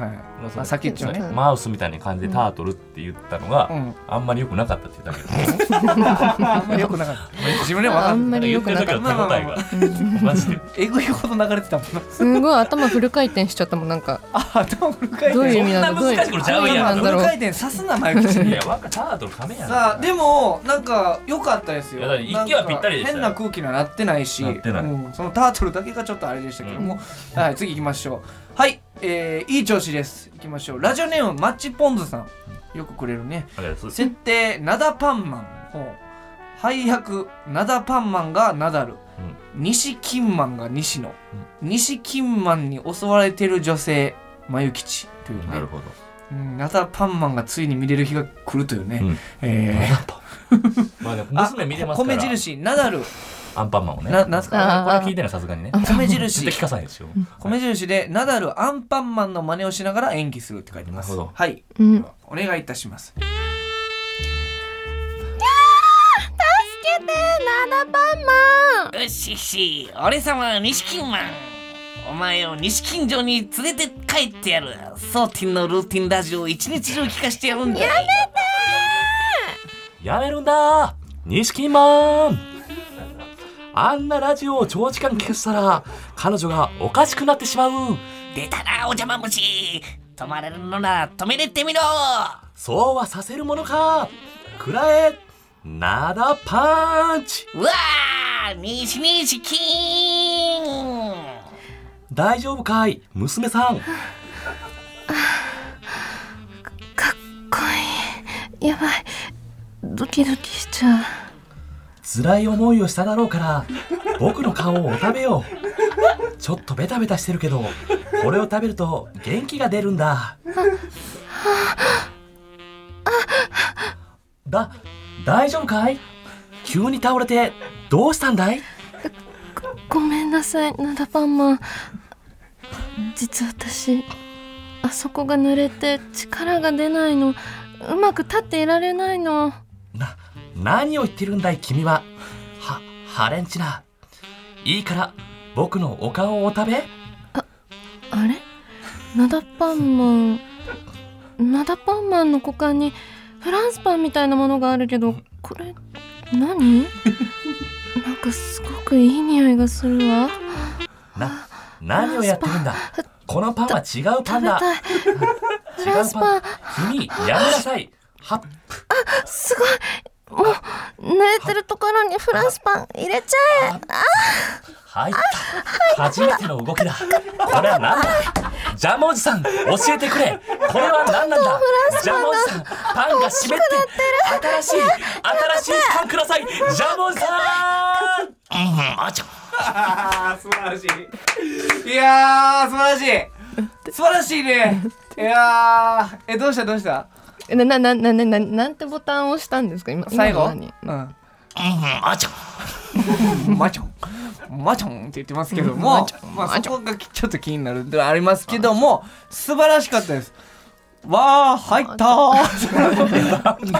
Speaker 2: あ
Speaker 3: その
Speaker 2: さっき言っちゃうね
Speaker 5: うん
Speaker 3: マウスみたいな感じで「タートル」って言ったのが、
Speaker 2: うん
Speaker 3: あんまり良くなかったって言ってたけど
Speaker 2: あんまり良くなかった自分でも分か
Speaker 5: あ
Speaker 2: ん
Speaker 5: ん
Speaker 2: ない
Speaker 5: ま
Speaker 3: 言
Speaker 5: り良
Speaker 3: っ
Speaker 5: く
Speaker 3: てる
Speaker 5: な
Speaker 3: 時
Speaker 5: かっ
Speaker 3: は手応えが
Speaker 5: たうん
Speaker 3: マジで
Speaker 2: えぐいほど流れてたもんな
Speaker 5: すごい頭フル回転しちゃったもんなんか
Speaker 2: あでもフル回転
Speaker 5: どういう意
Speaker 3: そ
Speaker 5: 味
Speaker 3: ん
Speaker 5: な
Speaker 3: なん
Speaker 5: だどういう
Speaker 3: 難しいことちゃうや
Speaker 5: なんん
Speaker 2: フ
Speaker 5: だ
Speaker 2: ル
Speaker 5: ろう
Speaker 2: 回転さすな前口
Speaker 3: い
Speaker 2: に
Speaker 3: やわかタートル亀やん
Speaker 2: さあでもなんか良かったですよ
Speaker 3: いやだって息はぴったりでしたよ
Speaker 2: なんか変な空気にはなってないし
Speaker 3: なってない
Speaker 2: うんそのタートルだけがちょっとあれでしたけども、はい次行きましょうはい、えー、いい調子です行きましょうラジオネームマッチポンズさんよくくれるね
Speaker 3: あれそう
Speaker 2: 設定ナダパンマンほう配役ナダパンマンがナダル、西金マンが西野、西金マンに襲われてる女性まゆきちというね
Speaker 3: なるほど
Speaker 2: うん、ナダパンマンがついに見れる日が来るというね、
Speaker 3: うん
Speaker 2: えー
Speaker 3: まあでも
Speaker 2: あ
Speaker 3: 娘見れますから
Speaker 2: 米印ナダル
Speaker 3: アンパンマンをね
Speaker 2: ななんすか
Speaker 5: あ
Speaker 3: これ聞いてないさすがにね
Speaker 2: 米
Speaker 3: 絶対聞
Speaker 2: 印
Speaker 3: かさないですよ
Speaker 2: 米印でナダルアンパンマンの真似をしながら演技するって書いてます
Speaker 3: なるほど
Speaker 2: はい
Speaker 5: うん
Speaker 2: お願いいたします
Speaker 5: 助けてナナパンマン
Speaker 2: うっしっし俺様は西金マンお前を西金城に連れて帰ってやるソーティンのルーティンラジオを一日中聞かしてやるんだや
Speaker 3: やめるんだ錦マンあんなラジオを長時間消したら彼女がおかしくなってしまう
Speaker 2: 出たなお邪魔虫止まれるのなら止めれてみろ
Speaker 3: そうはさせるものかくらえなだパンチ
Speaker 2: うわー西西金
Speaker 3: 大丈夫かい娘さん
Speaker 5: かっこいいやばいドキドキしちゃう
Speaker 3: 辛い思いをしただろうから僕の顔をお食べようちょっとベタベタしてるけどこれを食べると元気が出るんだだ大丈夫かい急に倒れてどうしたんだい
Speaker 5: ごめんなさいナダパンマン実は私あそこが濡れて力が出ないのうまく立っていられないの
Speaker 3: な何を言ってるんだい君ははハレンチないいから僕のお顔をお食べ
Speaker 5: あれナダパンマンナダパンマンの股間にフランスパンみたいなものがあるけどこれ何なんかすごくいい匂いがするわ
Speaker 3: な何をやってるんだこのパンは違うパ
Speaker 5: 食
Speaker 3: ン
Speaker 5: べ
Speaker 3: だ
Speaker 5: たい
Speaker 3: 違
Speaker 5: フラン
Speaker 3: う
Speaker 5: スパ
Speaker 3: パン
Speaker 5: ン
Speaker 3: 君やめなさいはっ
Speaker 5: すごいもう濡れてるところにフランスパン入れちゃえ
Speaker 3: 入った初めての動きだこれは何だジャムおじさん教えてくれこれは何なんだジャムおじさんパンが湿って新しい新しいパンくださいジャムおじさんうんあちょ
Speaker 2: あー素晴らしいいやー素晴らしい素晴らしいねいやーえどうしたどうした
Speaker 5: なななななななんてボタンを押したんですか今
Speaker 2: 最後
Speaker 5: 今の何
Speaker 2: うん
Speaker 3: うんあちょ
Speaker 2: マチョンマチョンって言ってますけども、まあ、そこがちょっと気になるではありますけども素晴らしかったです。わあ入ったー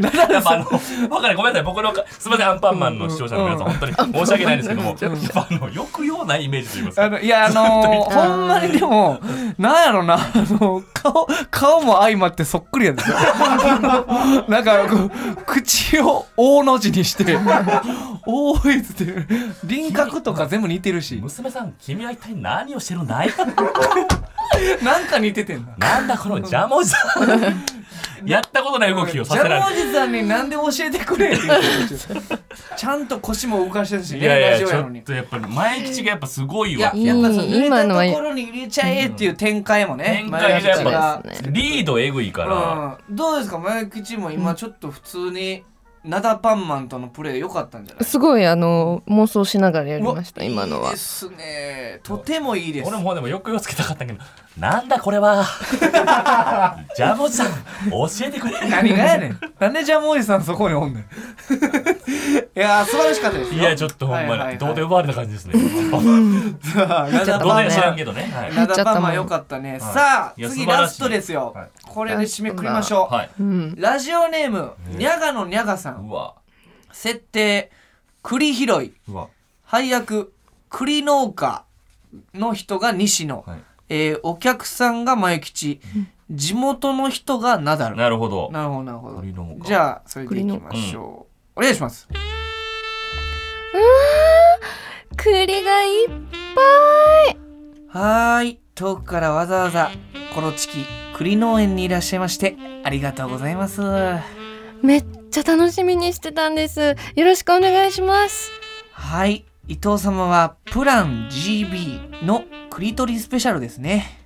Speaker 3: なんだやっぱあの分かるごめんなさい僕のすみませんアンパンマンの視聴者の皆さん本当に申し訳ないんですけどもやっぱあの抑揚ないイメージと言います
Speaker 2: あ
Speaker 3: か
Speaker 2: のいやあのー、ほんまにでもなんやろなあの顔顔も相まってそっくりやで なんかこう口を大の字にして大いつって輪郭とか全部似てる し
Speaker 3: 娘さん君は一体何をしてるんだい
Speaker 2: なんか似ててんな。
Speaker 3: なんだこのジャムおじさんやったことない動きをさせられ
Speaker 2: ジャ
Speaker 3: る
Speaker 2: ムおじさんに何で教えてくれって言ってる ちゃんと腰も動かしてるし
Speaker 3: い
Speaker 2: ね
Speaker 3: や
Speaker 2: ラ
Speaker 3: い
Speaker 2: ジ
Speaker 3: や
Speaker 2: オ
Speaker 3: ち
Speaker 2: や
Speaker 3: ょ
Speaker 2: の
Speaker 3: っ
Speaker 2: に
Speaker 3: とやっぱり前吉がやっぱすごい
Speaker 2: いや
Speaker 3: わ
Speaker 5: いい
Speaker 2: やっぱその濡れ
Speaker 5: 今のは
Speaker 2: たところに入れちゃえっていう展開もね、
Speaker 3: 展開がやっぱ
Speaker 5: 前吉
Speaker 3: リードえぐいから
Speaker 2: うん、どうですか前口も今ちょっと普通にナダパンマンとのプレー良かったんじゃない
Speaker 5: すごいあの妄想しながらやりました
Speaker 2: うわ
Speaker 5: 今の
Speaker 2: いい
Speaker 5: は
Speaker 2: ですねとてもいいです
Speaker 3: 俺もでもよくよつけたかったけどなんだこれ はジャムおじさん教えてくれ
Speaker 2: 何がやねん なんでジャムおじさんそこにおん ねんいやー素晴らしかったです
Speaker 3: い
Speaker 2: よ
Speaker 3: やちょっとほん
Speaker 2: はいはいは
Speaker 3: ま
Speaker 2: い
Speaker 3: にどうで奪われた感じですね ど
Speaker 2: ナダパン
Speaker 3: う
Speaker 2: マン
Speaker 3: で知らんけどねはい
Speaker 2: ラダパンマンよかったね。さあ、
Speaker 3: いや
Speaker 2: 次
Speaker 3: 素晴らしい
Speaker 2: ラストですよ
Speaker 3: はい。
Speaker 2: これで締めくくりましょ
Speaker 3: はいう
Speaker 2: う。
Speaker 5: ん
Speaker 2: ラジオネーム、にゃがのにゃがさん。
Speaker 3: うわ
Speaker 2: 設定、栗拾いう
Speaker 7: わ
Speaker 2: 配役栗農家の人が西野、
Speaker 7: はい
Speaker 2: えーお客さんが前吉、地元の人がナダルな
Speaker 7: なるほど
Speaker 2: るほどなるほど
Speaker 7: 栗農家
Speaker 2: じゃあそれでいきましょう、お願いします
Speaker 8: 栗がいっぱい
Speaker 2: はーい遠くからわざわざコロチキ栗農園にいらっしゃいましてありがとうございますは
Speaker 8: めっちゃ楽しみにしてたんですよろしくお願いします
Speaker 2: い伊藤様はプラン GB の栗取りスペシャルですね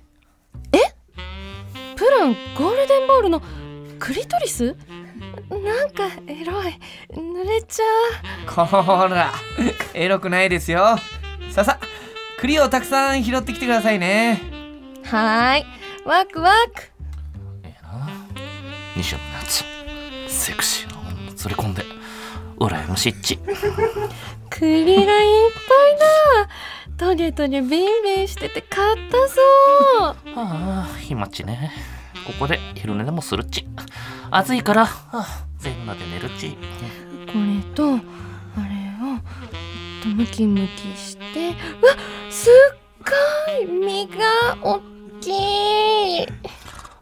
Speaker 8: プランゴールデンボールのクリトリスなんかエロい濡れちゃう
Speaker 2: こらエロくないですよさあさあ栗をたくさん拾ってきてくださいね
Speaker 8: はーいワクワク
Speaker 3: ええな西野のやつセクシーな女連れ込んで羨ましいっち
Speaker 8: 栗がいっぱいだトゲトゲビンビンしてて硬そう
Speaker 3: ああひまっちねここで昼寝でもするっち暑いからああ全裸で寝るっち
Speaker 8: これとあれをえっとムキムキしてうわすっごい身が大きい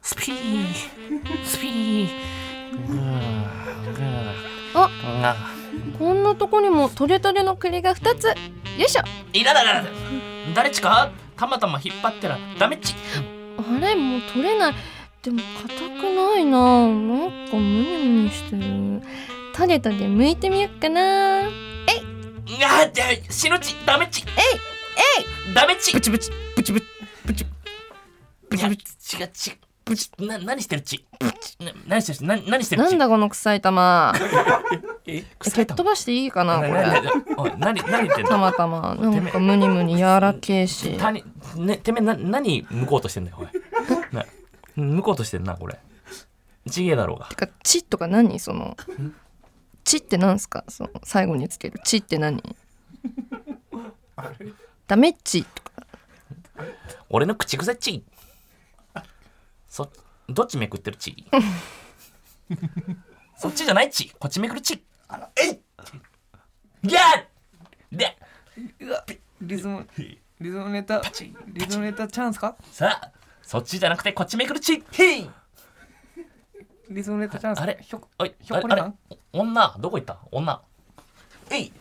Speaker 3: スピースピーぐーぐー
Speaker 8: あ
Speaker 3: が
Speaker 8: こんなとこにもトゲトゲの栗が2つよいしょ
Speaker 3: いらららら誰っちかたまたま引っ張ってらダメっち
Speaker 8: あれもう取れないでも硬くないななんかムニムニしてるトゲトゲ剥いてみよっかな
Speaker 3: あじゃあ死ぬっちダメっちえいえいダメっちブチブチブチブチブチブチブチ違う違うブチな何してるっちブチな何してるっちな何してるっ
Speaker 8: な
Speaker 3: ち
Speaker 8: んだこの臭い玉
Speaker 3: え
Speaker 8: え
Speaker 3: 臭
Speaker 8: 蹴
Speaker 3: い
Speaker 8: っ
Speaker 3: と
Speaker 8: 飛ばしていいかなこれ
Speaker 3: おい何何言ってん
Speaker 8: た
Speaker 3: の
Speaker 8: また まなんかムニムニ柔らけえし
Speaker 3: 他にねてめえな何向こうとしてんだ よおいな向こうとしてんなこれちげえだろうが
Speaker 8: てか「ち」とか何その「ち」ってなんすかその最後につける「ち」って何 ダメっちとか
Speaker 3: 俺の口癖っちそどっちめくってる ちそっちじゃないちこっちめくるちえいギャーで
Speaker 2: リズムリズムネタリズムネタチャンスか
Speaker 3: さあそっちじゃなくてこっちめくるちへい
Speaker 2: リズムネタチャンス
Speaker 3: あれ
Speaker 2: ひょこ
Speaker 3: おい
Speaker 2: ひょっこり
Speaker 3: あれ
Speaker 2: はん
Speaker 3: あれ女どこ行った女えい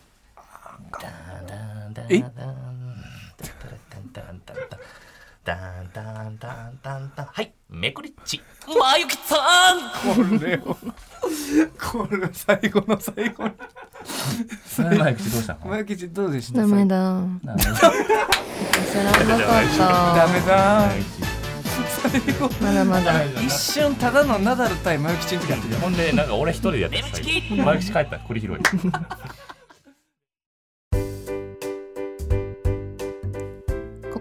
Speaker 2: えい
Speaker 3: はいめくりっちまゆきさん
Speaker 2: これをこれ最後の最後に
Speaker 3: まゆきどうした
Speaker 2: 前吉どうでした
Speaker 8: ダメだ焦らなか
Speaker 2: ダ
Speaker 8: っ
Speaker 2: メだ
Speaker 8: たまだまだ
Speaker 2: 一瞬ただのナダル対前吉ってやってる
Speaker 7: ほんでなんか俺一人でやってた最後マイク帰った栗拾い
Speaker 8: こ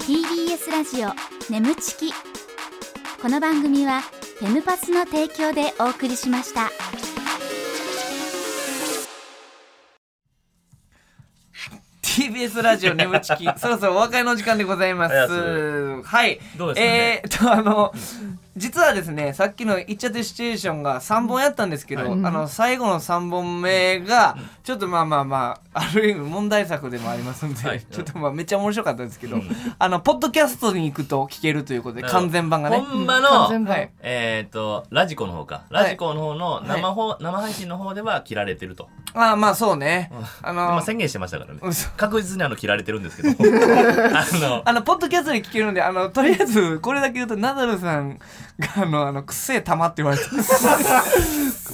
Speaker 4: TBS ラジオ眠ちきこの番組はフェムパスの提供でお送りしました
Speaker 2: TBS ラジオ眠 ちきそろそろお別れの時間でございま
Speaker 7: ありがと
Speaker 2: すはい
Speaker 7: どうですかね
Speaker 2: えー、っとあの実はですねさっきの「いっちゃってシチュエーション」が3本やったんですけど、あの最後の3本目がちょっとまあまあまあある意味問題作でもありますんで、
Speaker 7: はい
Speaker 2: ちょっとまあめっちゃ面白かったですけど、あのポッドキャストに行くと聞けるということで完全版がね
Speaker 7: ほ。んま
Speaker 8: 全
Speaker 7: の
Speaker 8: 部
Speaker 2: はい
Speaker 7: えっとラジコの方か
Speaker 2: はい
Speaker 7: ラジコの方の生放生配信の方では切られてると
Speaker 2: ああまあそうね。あ
Speaker 7: まあ
Speaker 2: の
Speaker 7: 宣言してましたからね
Speaker 2: 嘘
Speaker 7: 確実にあの切られてるんで すけどあの
Speaker 2: あのポッドキャストで聞けるんであのとりあえずこれだけ言うとナダルさんあの、あの、くせえ玉って言われ た。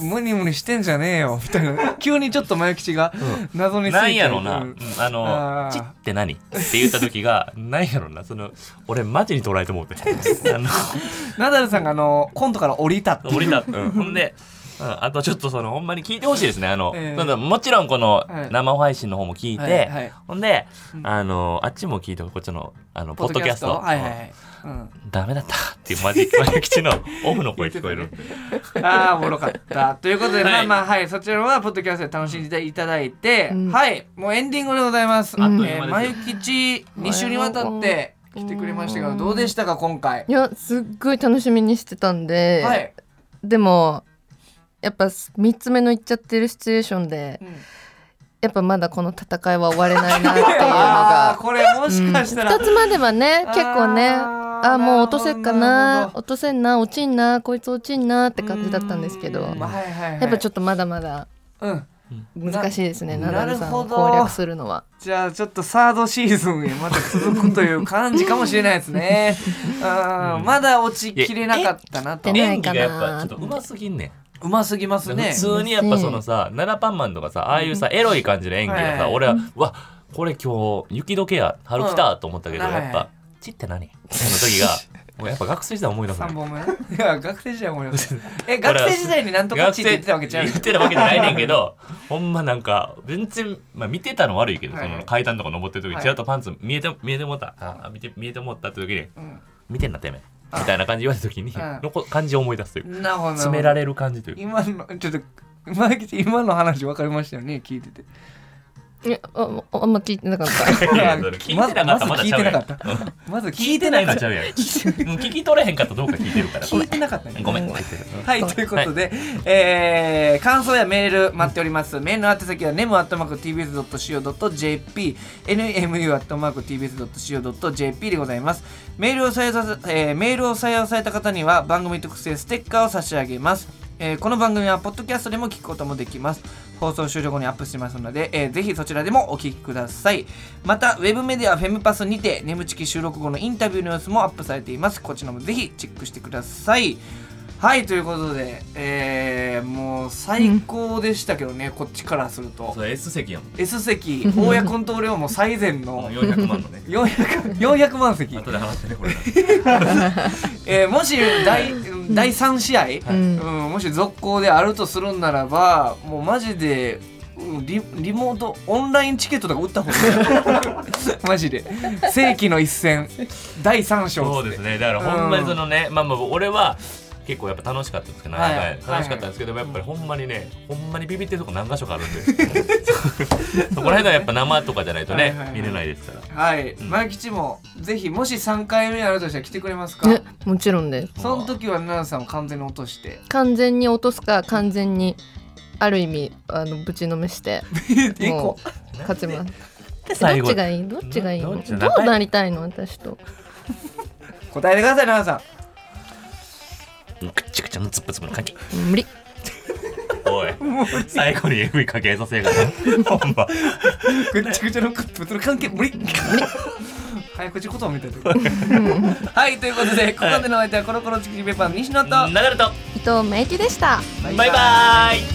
Speaker 2: ムニムニしてんじゃねえよ、みたいな。急にちょっと前吉が謎について
Speaker 3: なんやろな、
Speaker 2: う
Speaker 3: うん
Speaker 2: ん
Speaker 3: あの
Speaker 2: あー
Speaker 3: チって何って言った時が なんやろなその俺マジに捉えても うてあの
Speaker 2: ナダルさんがあの、コントから降りたっていう
Speaker 3: 俺だ、うん、ほんで、うん、あとちょっとそのほんまに聞いてほしいですねあの、
Speaker 2: ええ
Speaker 3: そのもちろんこの
Speaker 2: はい
Speaker 3: 生配信の方も聞いて、
Speaker 2: はいはい
Speaker 3: ほんで、あのあっちも聞いてこっちのあのポッドキャスト
Speaker 2: はいはいはい。うん
Speaker 3: うんダメだったっていうマジマジ吉のオフの声聞こ える
Speaker 2: ああ、おもろか った。ということで、
Speaker 3: はい
Speaker 2: まあまあ、はい、そちらは、ポッドキャストで楽しんでいただいて、
Speaker 5: うん
Speaker 2: はい、もうエンディングでございます。
Speaker 5: あっと
Speaker 2: え
Speaker 7: い
Speaker 2: ー、
Speaker 7: う間
Speaker 2: ま
Speaker 7: で
Speaker 2: ゆきち、2週にわたって来てくれましたけど、どうでしたか、今回
Speaker 5: い。やすっごい楽しみにしてたんで、
Speaker 2: はい。
Speaker 5: でもやっぱ3つ目の言っちゃってるシチュエーションで
Speaker 2: うん
Speaker 5: やっぱまだこの戦いは終われないなっていうの
Speaker 2: あー
Speaker 5: が
Speaker 2: これもしかしたら、
Speaker 5: 2つまではね結構ね
Speaker 2: あー
Speaker 5: あーもう落とせっ
Speaker 2: な
Speaker 5: か
Speaker 2: る
Speaker 5: な
Speaker 2: ほど
Speaker 5: 落とせんな落ちんなこいつ落ちんなって感じだったんですけど
Speaker 2: うまあはいはいはい、
Speaker 5: やっぱちょっとまだまだ
Speaker 2: と、うん、
Speaker 5: 難しいですね
Speaker 2: な
Speaker 5: ナダルさん
Speaker 2: な
Speaker 5: を
Speaker 2: るほど
Speaker 5: 攻略するのは
Speaker 2: じゃあちょっとサードシーズンへまた続くという感じかもしれないです ねうんまだ落ちきれなかったなと
Speaker 5: いやな
Speaker 3: 演
Speaker 5: い
Speaker 3: 技
Speaker 5: か
Speaker 3: が
Speaker 5: な
Speaker 3: やっぱちょっとうますぎんねん
Speaker 2: うますぎますね
Speaker 3: 普通にやっぱそのさ「ナラパンマン」とかさああいうさエロい感じの演技が
Speaker 2: は
Speaker 3: さ
Speaker 2: い
Speaker 3: 俺はうわこれ今日雪解けや春来たと思ったけ
Speaker 2: う
Speaker 3: ど
Speaker 2: ん
Speaker 3: やっ
Speaker 2: は
Speaker 3: ぱ「ち」って何その 時がもうやっぱ学生時代思い出す
Speaker 2: 三
Speaker 3: ね
Speaker 2: 本目いや学生時代思い出すえ学生時代になんとかっちって言ってたわけちゃう
Speaker 3: 言ってたわけじゃないねんけどほんまなんか全然、まあ、見てたの悪いけど、
Speaker 2: はい
Speaker 3: その階段とか登ってる時に
Speaker 2: はい
Speaker 3: ちらっとパンツ見えて見えてもった、あ見て見えてもったって時に
Speaker 2: うん
Speaker 3: 「見てんなてめえ」
Speaker 2: あ
Speaker 3: みたいな感じ言われた時に、
Speaker 2: うん
Speaker 3: のこ感じを思い出すというか
Speaker 2: なるほど
Speaker 3: 詰めら
Speaker 2: れ
Speaker 3: れる感じというか
Speaker 2: 今のちょっと今今の話分かりましたよね聞いてて
Speaker 5: いやあああんま聞いてなかった
Speaker 3: いやそれ聞いてなかった
Speaker 2: ま
Speaker 3: ま
Speaker 2: ず
Speaker 3: だ
Speaker 2: 聞い
Speaker 3: ちゃ
Speaker 2: て
Speaker 3: うや
Speaker 2: なかっ
Speaker 3: ん
Speaker 2: たまず
Speaker 3: 聞
Speaker 2: 聞
Speaker 3: い
Speaker 2: い
Speaker 3: て
Speaker 2: て
Speaker 3: な
Speaker 2: ないい
Speaker 3: の
Speaker 2: か
Speaker 3: ちゃうやんうん聞き取れへんかったらどうか聞いてるから
Speaker 2: 聞いてなかったね
Speaker 3: ごめん
Speaker 2: はい、ということで、えー感想やメール待っております。メールの宛先は nemu.tbs.co.jp、nmu.tbs.co.jp でございます。メールを採用させ、えーメールを採用された方には番組特製ステッカーを差し上げます。えーこの番組はポッドキャストでも聞くこともできます。放送終了後にアップしますので、えーぜひそちらでもお聞きください。また、ウェブメディアフェムパスにて、ネムチキ収録後のインタビューの様子もアップされています。こちらもぜひチェックしてください。はいということで、えー、もう最高でしたけどね、こっちからすると
Speaker 7: それ S 席やもん
Speaker 2: S 席大谷コントレオも最善
Speaker 7: も
Speaker 2: の
Speaker 7: う400万のね
Speaker 2: 400, 400万席、
Speaker 7: 後で払ってねこれ
Speaker 2: えーもし第第3試合、うん、もし続行であるとするんならばもうマジでうんリリモートオンラインチケットとか売った方がいい マジで世紀の一戦第3章っ
Speaker 3: そう
Speaker 2: つって
Speaker 3: ですねだからほんまにそのね、まあまあ俺は結構やっぱ楽しかったんですけど、
Speaker 2: はい
Speaker 3: 長い楽しかったんですけど、やっぱりほんまにねほんまにビビってるとこ何箇所かあるんで そこら辺はやっぱ生とかじゃないと
Speaker 2: はい
Speaker 3: ね、
Speaker 2: はいはい
Speaker 3: 見れないですから
Speaker 2: はい前吉もぜひもし3回目になるとしたら来てくれますか
Speaker 5: ねもちろんです
Speaker 2: その時は奈々さんを完全に落として
Speaker 5: 完全に落とすか完全にある意味あのぶちの めしてもう勝ちます
Speaker 3: 最
Speaker 5: えど
Speaker 3: 後
Speaker 5: っちがいいどっちがいい
Speaker 3: ど
Speaker 5: ど
Speaker 3: っ
Speaker 5: う
Speaker 3: ちだ
Speaker 5: なりたいの私と
Speaker 2: 答えてください奈々さ
Speaker 3: くっちくちゃのつっぷつぷの関係
Speaker 5: 無理
Speaker 3: おい最後に FE かけさせやからほんま
Speaker 2: ん ぐっちゃぐちゃのくっつる関係無理早口言葉みたいな はいということでここまでのお相手はコロコロチキチキペッパーの西野と
Speaker 3: なると
Speaker 5: 伊藤芽衣でした
Speaker 3: バイバーイ